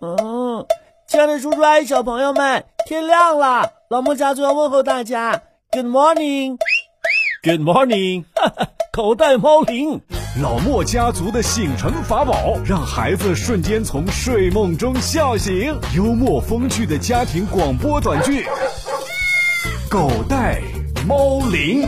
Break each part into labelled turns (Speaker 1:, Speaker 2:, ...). Speaker 1: 嗯，亲爱的叔叔阿姨、小朋友们，天亮了，老莫家族要问候大家，Good morning，Good
Speaker 2: morning，哈 哈，口袋猫铃。
Speaker 3: 老莫家族的醒神法宝，让孩子瞬间从睡梦中笑醒。幽默风趣的家庭广播短剧，《狗带猫铃》。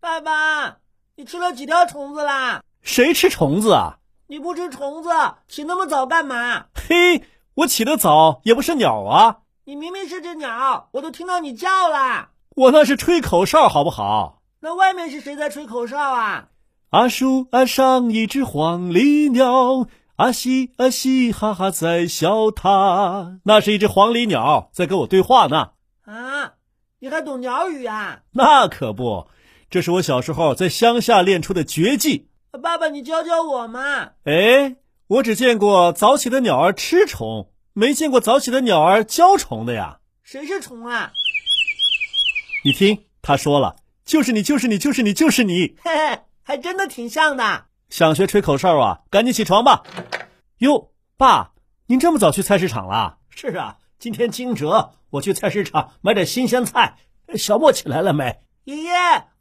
Speaker 1: 爸爸，你吃了几条虫子啦？
Speaker 2: 谁吃虫子啊？
Speaker 1: 你不吃虫子，起那么早干嘛？
Speaker 2: 嘿，我起得早也不是鸟啊！
Speaker 1: 你明明是只鸟，我都听到你叫了。
Speaker 2: 我那是吹口哨，好不好？
Speaker 1: 那外面是谁在吹口哨啊？
Speaker 2: 阿叔岸上一只黄鹂鸟，阿西阿西哈哈在笑它。那是一只黄鹂鸟在跟我对话呢。
Speaker 1: 啊，你还懂鸟语啊？
Speaker 2: 那可不，这是我小时候在乡下练出的绝技。
Speaker 1: 爸爸，你教教我嘛！
Speaker 2: 哎，我只见过早起的鸟儿吃虫，没见过早起的鸟儿教虫的呀。
Speaker 1: 谁是虫啊？
Speaker 2: 你听，他说了，就是你，就是你，就是你，就是你。
Speaker 1: 嘿嘿，还真的挺像的。
Speaker 2: 想学吹口哨啊？赶紧起床吧！哟，爸，您这么早去菜市场啦？
Speaker 4: 是啊，今天惊蛰，我去菜市场买点新鲜菜。
Speaker 2: 哎
Speaker 4: 小莫起来了没？
Speaker 1: 爷爷，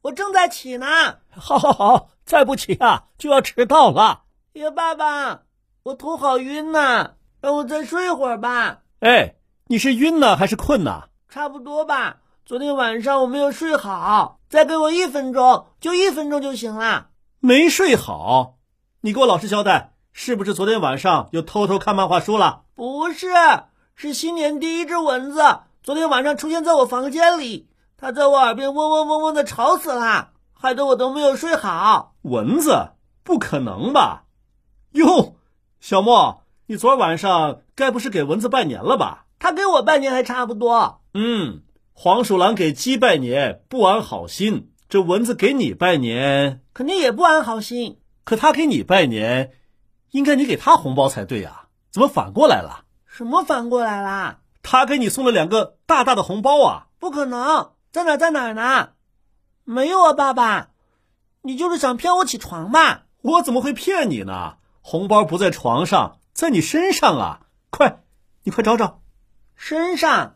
Speaker 1: 我正在起呢。
Speaker 4: 好好好。再不起啊，就要迟到了！
Speaker 1: 爷哎爸爸，我头好晕呐、啊，让我再睡会儿吧。
Speaker 2: 哎，你是晕呢还是困呢？
Speaker 1: 差不多吧。昨天晚上我没有睡好，再给我一分钟，就一分钟就行了。
Speaker 2: 没睡好？你给我老实交代，是不是昨天晚上又偷偷看漫画书了？
Speaker 1: 不是，是新年第一只蚊子，昨天晚上出现在我房间里，它在我耳边嗡嗡嗡嗡的吵死了。害得我都没有睡好。
Speaker 2: 蚊子？不可能吧？哟，小莫，你昨晚上该不是给蚊子拜年了吧？
Speaker 1: 他给我拜年还差不多。
Speaker 2: 嗯，黄鼠狼给鸡拜年不安好心，这蚊子给你拜年
Speaker 1: 肯定也不安好心。
Speaker 2: 可他给你拜年，应该你给他红包才对呀、啊？怎么反过来了？
Speaker 1: 什么反过来啦？
Speaker 2: 他给你送了两个大大的红包啊！
Speaker 1: 不可能，在哪在哪呢？没有啊，爸爸，你就是想骗我起床吧？
Speaker 2: 我怎么会骗你呢？红包不在床上，在你身上啊！快，你快找找。
Speaker 1: 身上？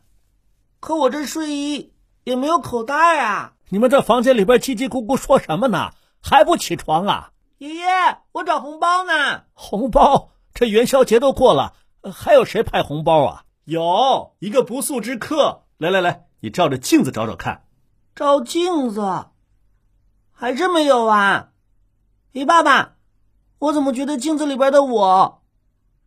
Speaker 1: 可我这睡衣也没有口袋啊！
Speaker 4: 你们在房间里边叽叽咕咕说什么呢？还不起床啊？
Speaker 1: 爷爷，我找红包呢。
Speaker 4: 红包？这元宵节都过了，呃还有谁派红包啊？
Speaker 2: 有一个不速之客。来来来，你照着镜子找找看。
Speaker 1: 照镜子，还真没有啊！咦，爸爸，我怎么觉得镜子里边的我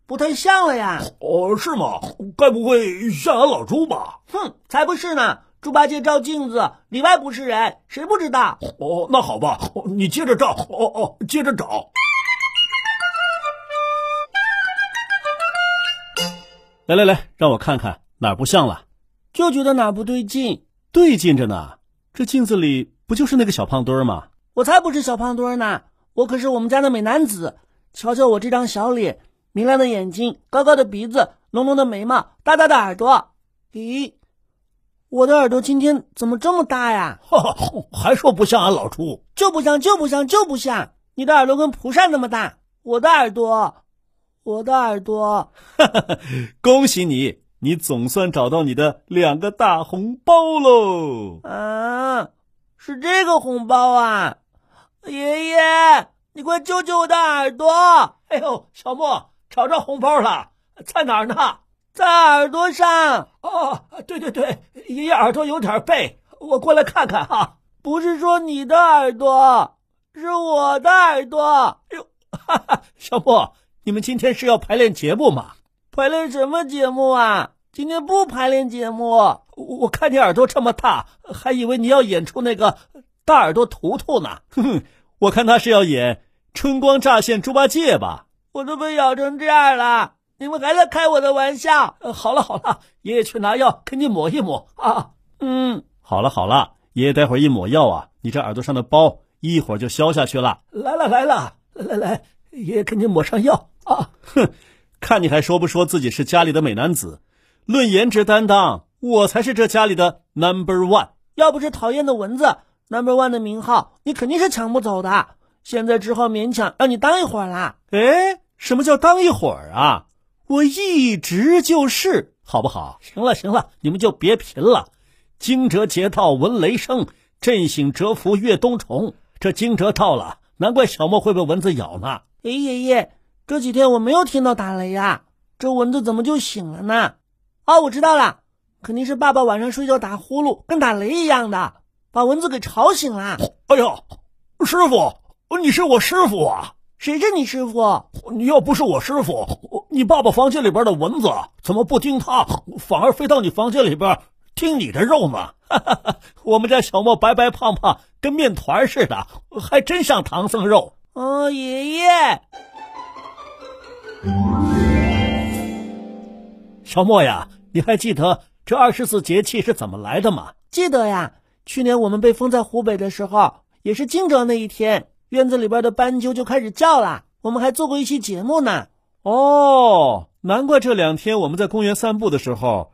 Speaker 1: 不太像了呀？
Speaker 4: 哦，是吗？该不会像俺老猪吧？
Speaker 1: 哼，才不是呢！猪八戒照镜子，里外不是人，谁不知道？
Speaker 4: 哦，那好吧，你接着照，哦哦，接着找。
Speaker 2: 来来来，让我看看哪儿不像了，
Speaker 1: 就觉得哪儿不对劲，
Speaker 2: 对劲着呢。这镜子里不就是那个小胖墩儿吗？
Speaker 1: 我才不是小胖墩儿呢！我可是我们家的美男子。瞧瞧我这张小脸，明亮的眼睛，高高的鼻子，浓浓的眉毛，大大的耳朵。咦，我的耳朵今天怎么这么大呀？
Speaker 4: 哈哈，还说不像俺老猪？
Speaker 1: 就不像，就不像，就不像！你的耳朵跟蒲扇那么大，我的耳朵，我的耳朵。
Speaker 2: 哈哈，恭喜你！你总算找到你的两个大红包喽！
Speaker 1: 啊，是这个红包啊！爷爷，你快救救我的耳朵！
Speaker 4: 哎呦，小莫找着红包了，在哪儿呢？
Speaker 1: 在耳朵上。
Speaker 4: 哦，对对对，爷爷耳朵有点背，我过来看看哈、啊。
Speaker 1: 不是说你的耳朵，是我的耳朵。
Speaker 4: 哎呦，哈哈，小莫，你们今天是要排练节目吗？
Speaker 1: 排练什么节目啊？今天不排练节目，
Speaker 4: 我看你耳朵这么大，还以为你要演出那个大耳朵图图呢。
Speaker 2: 哼哼，我看他是要演春光乍现猪八戒吧？
Speaker 1: 我都被咬成这样了，你们还在开我的玩笑？
Speaker 4: 呃、好了好了，爷爷去拿药给你抹一抹啊。
Speaker 1: 嗯，
Speaker 2: 好了好了，爷爷待会儿一抹药啊，你这耳朵上的包一会儿就消下去了。
Speaker 4: 来了来了，来来，爷爷给你抹上药啊。
Speaker 2: 哼，看你还说不说自己是家里的美男子？论颜值担当，我才是这家里的 number one。
Speaker 1: 要不是讨厌的蚊子，Number One 的名号你肯定是抢不走的。现在只好勉强让你当一会儿啦。
Speaker 2: 哎，什么叫当一会儿啊？我一直就是，好不好？
Speaker 4: 行了行了，你们就别贫了。惊蛰节到闻雷声，震醒蛰伏越冬虫。这惊蛰到了，难怪小莫会被蚊子咬呢。
Speaker 1: 哎，爷爷，这几天我没有听到打雷呀、啊，这蚊子怎么就醒了呢？哦，我知道了。肯定是爸爸晚上睡觉打呼噜，跟打雷一样的，把蚊子给吵醒了。
Speaker 2: 哎呀，师傅，你是我师傅啊？
Speaker 1: 谁是你师傅？啊
Speaker 2: 你要不是我师傅，你爸爸房间里边的蚊子怎么不叮他，反而飞到你房间里边叮你的肉嘛？哈哈哈 我们家小莫白白胖胖，跟面团似的，还真像唐僧肉。
Speaker 1: 哦，爷爷，
Speaker 4: 小莫呀，你还记得？这二十四节气是怎么来的嘛？
Speaker 1: 记得呀，去年我们被封在湖北的时候，也是惊蛰那一天，院子里边的斑鸠就开始叫了。我们还做过一期节目呢。
Speaker 2: 哦，难怪这两天我们在公园散步的时候，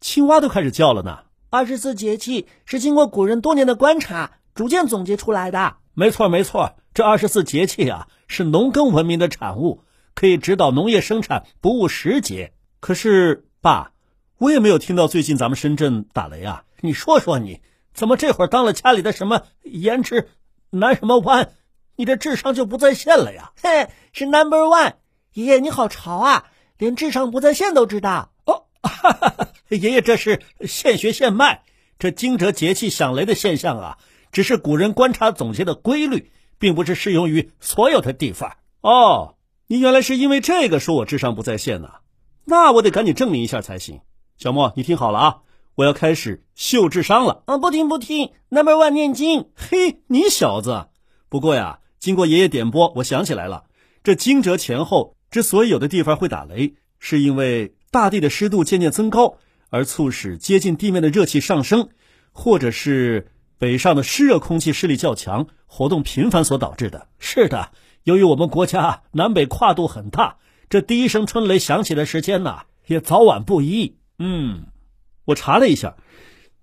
Speaker 2: 青蛙都开始叫了呢。
Speaker 1: 二十四节气是经过古人多年的观察，逐渐总结出来的。
Speaker 4: 没错，没错，这二十四节气啊，是农耕文明的产物，可以指导农业生产，不误时节。
Speaker 2: 可是，爸。我也没有听到最近咱们深圳打雷啊！
Speaker 4: 你说说你，怎么这会儿当了家里的什么颜值南什么湾，你这智商就不在线了呀？
Speaker 1: 嘿， 是 number one，爷爷你好潮啊，连智商不在线都知道
Speaker 4: 哦哈哈！爷爷这是现学现卖，这惊蛰节气响雷的现象啊，只是古人观察总结的规律，并不是适用于所有的地方。
Speaker 2: 哦，您原来是因为这个说我智商不在线呐、啊？那我得赶紧证明一下才行。小莫，你听好了啊！我要开始秀智商了。
Speaker 1: 嗯，不听不听，Number One 念经。
Speaker 2: 嘿，你小子！不过呀，经过爷爷点拨，我想起来了，这惊蛰前后之所以有的地方会打雷，是因为大地的湿度渐渐增高，而促使接近地面的热气上升，或者是北上的湿热空气势力较强，活动频繁所导致的。
Speaker 4: 是的，由于我们国家南北跨度很大，这第一声春雷响起的时间呢、啊，也早晚不一。
Speaker 2: 嗯，我查了一下，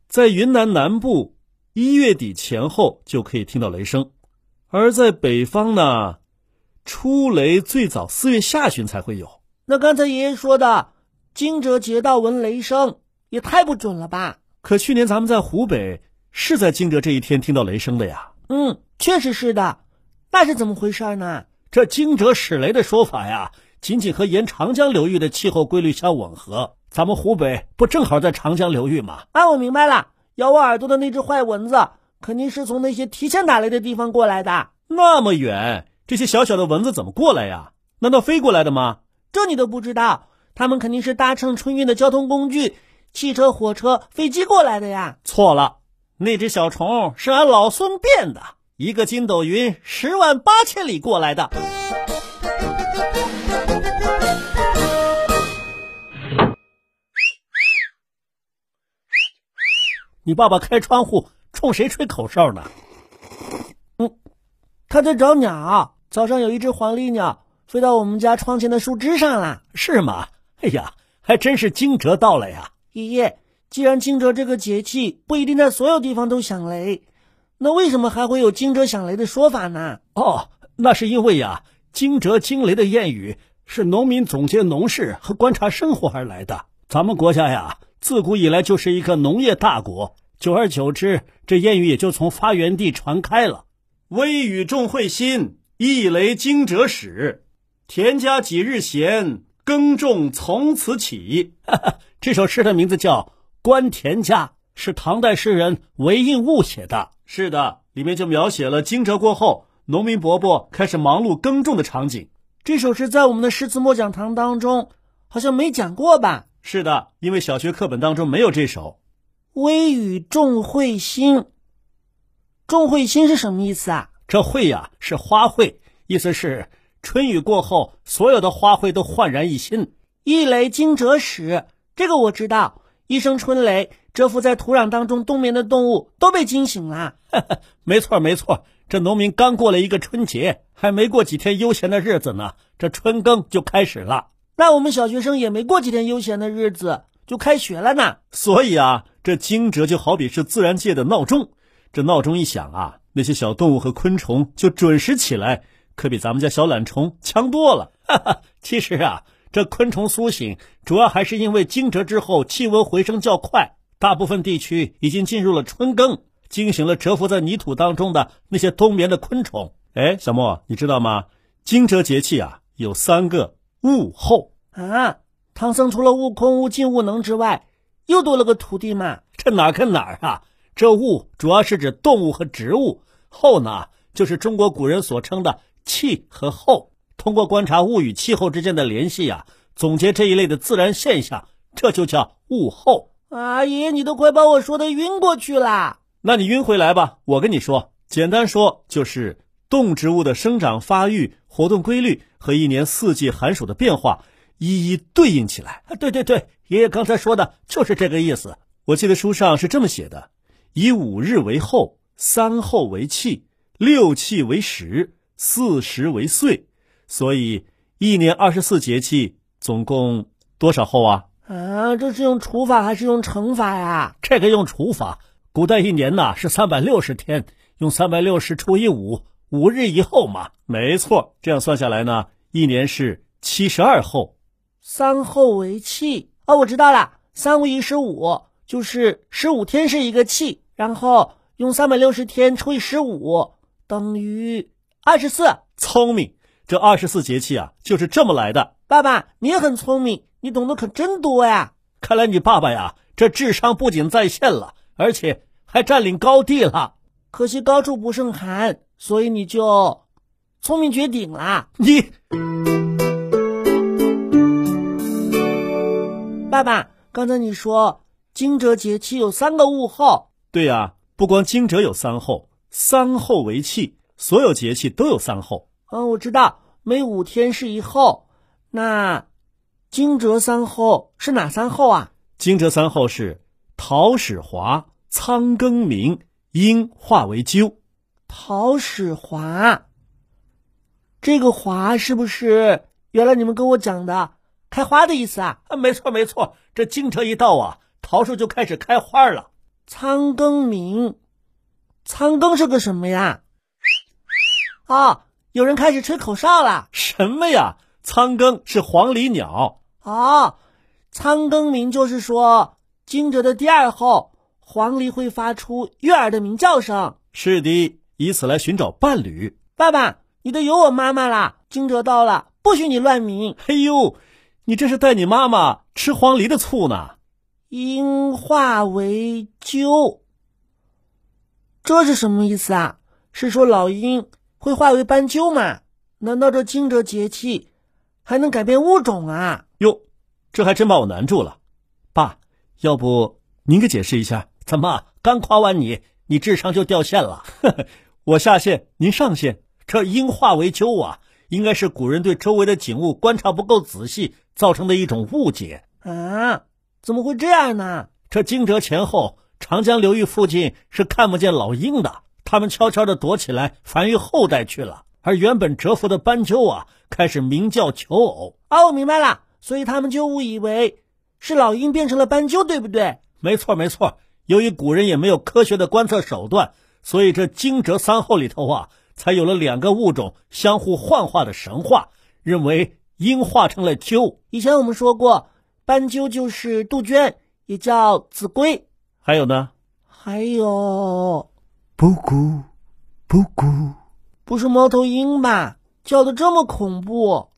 Speaker 2: 在云南南部一月底前后就可以听到雷声，而在北方呢，出雷最早四月下旬才会有。
Speaker 1: 那刚才爷爷说的惊蛰节到闻雷声，也太不准了吧？
Speaker 2: 可去年咱们在湖北是在惊蛰这一天听到雷声的呀。
Speaker 1: 嗯，确实是的，那是怎么回事呢？
Speaker 4: 这惊蛰始雷的说法呀，仅仅和沿长江流域的气候规律相吻合。咱们湖北不正好在长江流域吗？
Speaker 1: 啊，我明白了，咬我耳朵的那只坏蚊子，肯定是从那些提前打雷的地方过来的。
Speaker 2: 那么远，这些小小的蚊子怎么过来呀？难道飞过来的吗？
Speaker 1: 这你都不知道，他们肯定是搭乘春运的交通工具，汽车、火车、飞机过来的呀。
Speaker 4: 错了，那只小虫是俺老孙变的，一个筋斗云十万八千里过来的。你爸爸开窗户冲谁吹口哨呢？
Speaker 1: 嗯，他在找鸟。早上有一只黄鹂鸟飞到我们家窗前的树枝上了。
Speaker 4: 是吗？哎呀，还真是惊蛰到了呀！
Speaker 1: 爷爷，既然惊蛰这个节气不一定在所有地方都响雷，那为什么还会有惊蛰响雷的说法呢？
Speaker 4: 哦，那是因为呀，惊蛰惊雷的谚语是农民总结农事和观察生活而来的。咱们国家呀。自古以来就是一个农业大国，久而久之，这谚语也就从发源地传开了。
Speaker 2: 微雨众会新，一雷惊蛰始。田家几日闲，耕种从此起。
Speaker 4: 这首诗的名字叫《观田家》，是唐代诗人韦应物写的。
Speaker 2: 是的，里面就描写了惊蛰过后，农民伯伯开始忙碌耕种的场景。
Speaker 1: 这首诗在我们的诗词默讲堂当中好像没讲过吧？
Speaker 2: 是的，因为小学课本当中没有这首。
Speaker 1: 微雨众会新，众会新是什么意思啊？
Speaker 4: 这会呀、啊、是花卉，意思是春雨过后，所有的花卉都焕然一新。
Speaker 1: 一雷惊蛰始，这个我知道。一声春雷，蛰伏在土壤当中冬眠的动物都被惊醒了。
Speaker 4: 没错，没错，这农民刚过了一个春节，还没过几天悠闲的日子呢，这春耕就开始了。
Speaker 1: 那我们小学生也没过几天悠闲的日子，就开学了呢。
Speaker 2: 所以啊，这惊蛰就好比是自然界的闹钟，这闹钟一响啊，那些小动物和昆虫就准时起来，可比咱们家小懒虫强多了。
Speaker 4: 哈哈，其实啊，这昆虫苏醒主要还是因为惊蛰之后气温回升较快，大部分地区已经进入了春耕，惊醒了蛰伏在泥土当中的那些冬眠的昆虫。
Speaker 2: 哎，小莫，你知道吗？惊蛰节气啊，有三个物候。
Speaker 1: 啊，唐僧除了悟空、悟净、悟能之外，又多了个徒弟嘛。
Speaker 4: 这哪儿跟哪儿啊？这物主要是指动物和植物，候呢就是中国古人所称的气和候。通过观察物与气候之间的联系啊，总结这一类的自然现象，这就叫物候。
Speaker 1: 啊，爷爷，你都快把我说的晕过去啦！
Speaker 2: 那你晕回来吧，我跟你说，简单说就是动植物的生长发育、活动规律和一年四季寒暑的变化。一一对应起来。
Speaker 4: 对对对，爷爷刚才说的就是这个意思。
Speaker 2: 我记得书上是这么写的：以五日为候，三候为气，六气为时，四时为岁。所以一年二十四节气，总共多少候啊？
Speaker 1: 啊，这是用除法还是用乘法呀？
Speaker 4: 这个用除法。古代一年呐是三百六十天，用三百六十除以五，五日一候嘛。
Speaker 2: 没错，这样算下来呢，一年是七十二候。
Speaker 1: 三候为气哦，我知道了，三五一十五，就是十五天是一个气，然后用三百六十天除以十五，等于二十四。
Speaker 2: 聪明，这二十四节气啊，就是这么来的。
Speaker 1: 爸爸，你也很聪明，你懂得可真多呀！
Speaker 4: 看来你爸爸呀，这智商不仅在线了，而且还占领高地了。
Speaker 1: 可惜高处不胜寒，所以你就聪明绝顶啦！
Speaker 4: 你。
Speaker 1: 爸爸，刚才你说惊蛰节气有三个物候，
Speaker 2: 对呀、啊，不光惊蛰有三候，三候为气，所有节气都有三候。
Speaker 1: 嗯，我知道，每五天是一候。那惊蛰三候是哪三候啊？
Speaker 2: 惊蛰三候是桃始华、仓庚明、鹰化为鸠。
Speaker 1: 桃始华，这个华是不是原来你们跟我讲的？开花的意思啊，
Speaker 4: 啊，没错没错，这惊蛰一到啊，桃树就开始开花了。
Speaker 1: 仓庚明，仓庚是个什么呀？哦，有人开始吹口哨了。
Speaker 2: 什么呀？仓庚是黄鹂鸟。
Speaker 1: 哦，仓庚明就是说惊蛰的第二候，黄鹂会发出悦耳的鸣叫声。
Speaker 2: 是的，以此来寻找伴侣。
Speaker 1: 爸爸，你的有我妈妈啦。惊蛰到了，不许你乱鸣。
Speaker 2: 哎呦！你这是带你妈妈吃黄鹂的醋呢？
Speaker 1: 应化为鸠，这是什么意思啊？是说老鹰会化为斑鸠吗？难道这惊蛰节气还能改变物种啊？
Speaker 2: 哟，这还真把我难住了。爸，要不您给解释一下？
Speaker 4: 怎么刚夸完你，你智商就掉线了？
Speaker 2: 呵呵我下线，您上线。
Speaker 4: 这鹰化为鸠啊，应该是古人对周围的景物观察不够仔细。造成的一种误解
Speaker 1: 啊！怎么会这样呢？
Speaker 4: 这惊蛰前后，长江流域附近是看不见老鹰的，它们悄悄地躲起来繁育后代去了。而原本蛰伏的斑鸠啊，开始鸣叫求偶。
Speaker 1: 啊，我明白了，所以他们就误以为是老鹰变成了斑鸠，对不对？
Speaker 4: 没错，没错。由于古人也没有科学的观测手段，所以这惊蛰三候里头啊，才有了两个物种相互幻化的神话，认为。鹰化成了鸠。
Speaker 1: 以前我们说过，斑鸠就是杜鹃，也叫子规。
Speaker 2: 还有呢？
Speaker 1: 还有，
Speaker 3: 布谷，布谷，
Speaker 1: 不是猫头鹰吧？叫的这么恐怖，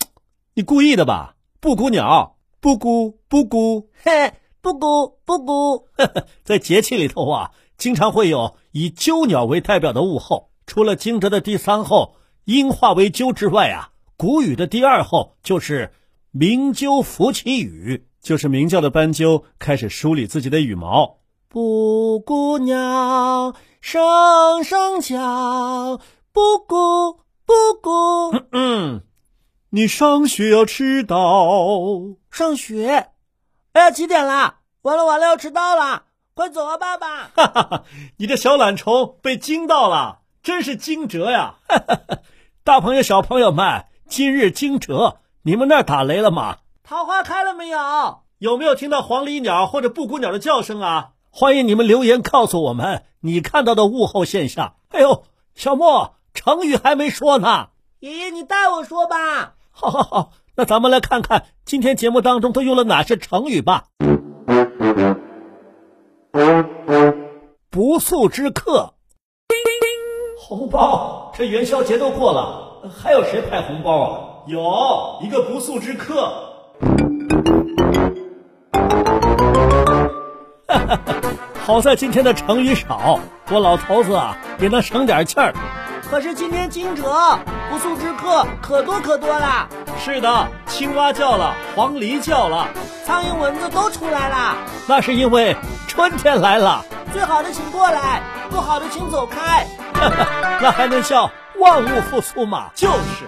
Speaker 2: 你故意的吧？布谷鸟，布谷，布谷，
Speaker 1: 嘿，布谷，布谷。
Speaker 4: 在节气里头啊，经常会有以鸠鸟为代表的物候。除了惊蛰的第三候鹰化为鸠之外啊。古语的第二候就是“鸣鸠服其羽”，
Speaker 2: 就是鸣叫的斑鸠开始梳理自己的羽毛。
Speaker 1: 布谷鸟声声叫，布谷布谷。
Speaker 2: 嗯嗯，你上学要迟到。
Speaker 1: 上学？哎呀，几点啦？完了完了，要迟到啦！快走啊，爸爸！
Speaker 2: 哈哈哈，你这小懒虫被惊到了，真是惊蛰 呀！哈哈哈，
Speaker 4: 大朋友小朋友们。今日惊蛰，你们那儿打雷了吗？
Speaker 1: 桃花开了没有？
Speaker 5: 有没有听到黄鹂鸟或者布谷鸟的叫声啊？
Speaker 2: 欢迎你们留言告诉我们你看到的物候现象。哎呦，小莫，成语还没说呢。
Speaker 1: 爷爷，你带我说吧。
Speaker 2: 好好好，那咱们来看看今天节目当中都用了哪些成语吧。不速之客。
Speaker 5: 红包，这元宵节都过了，还有谁派红包啊？有一个不速之客。
Speaker 2: 好在今天的成语少，我老头子啊也能省点气儿。
Speaker 1: 可是今天惊蛰，不速之客可多可多啦，
Speaker 5: 是的，青蛙叫了，黄鹂叫了，
Speaker 1: 苍蝇蚊子都出来啦。
Speaker 2: 那是因为春天来了，
Speaker 1: 最好的请过来，不好的请走开。
Speaker 2: 那还能叫万物复苏吗？
Speaker 5: 就是。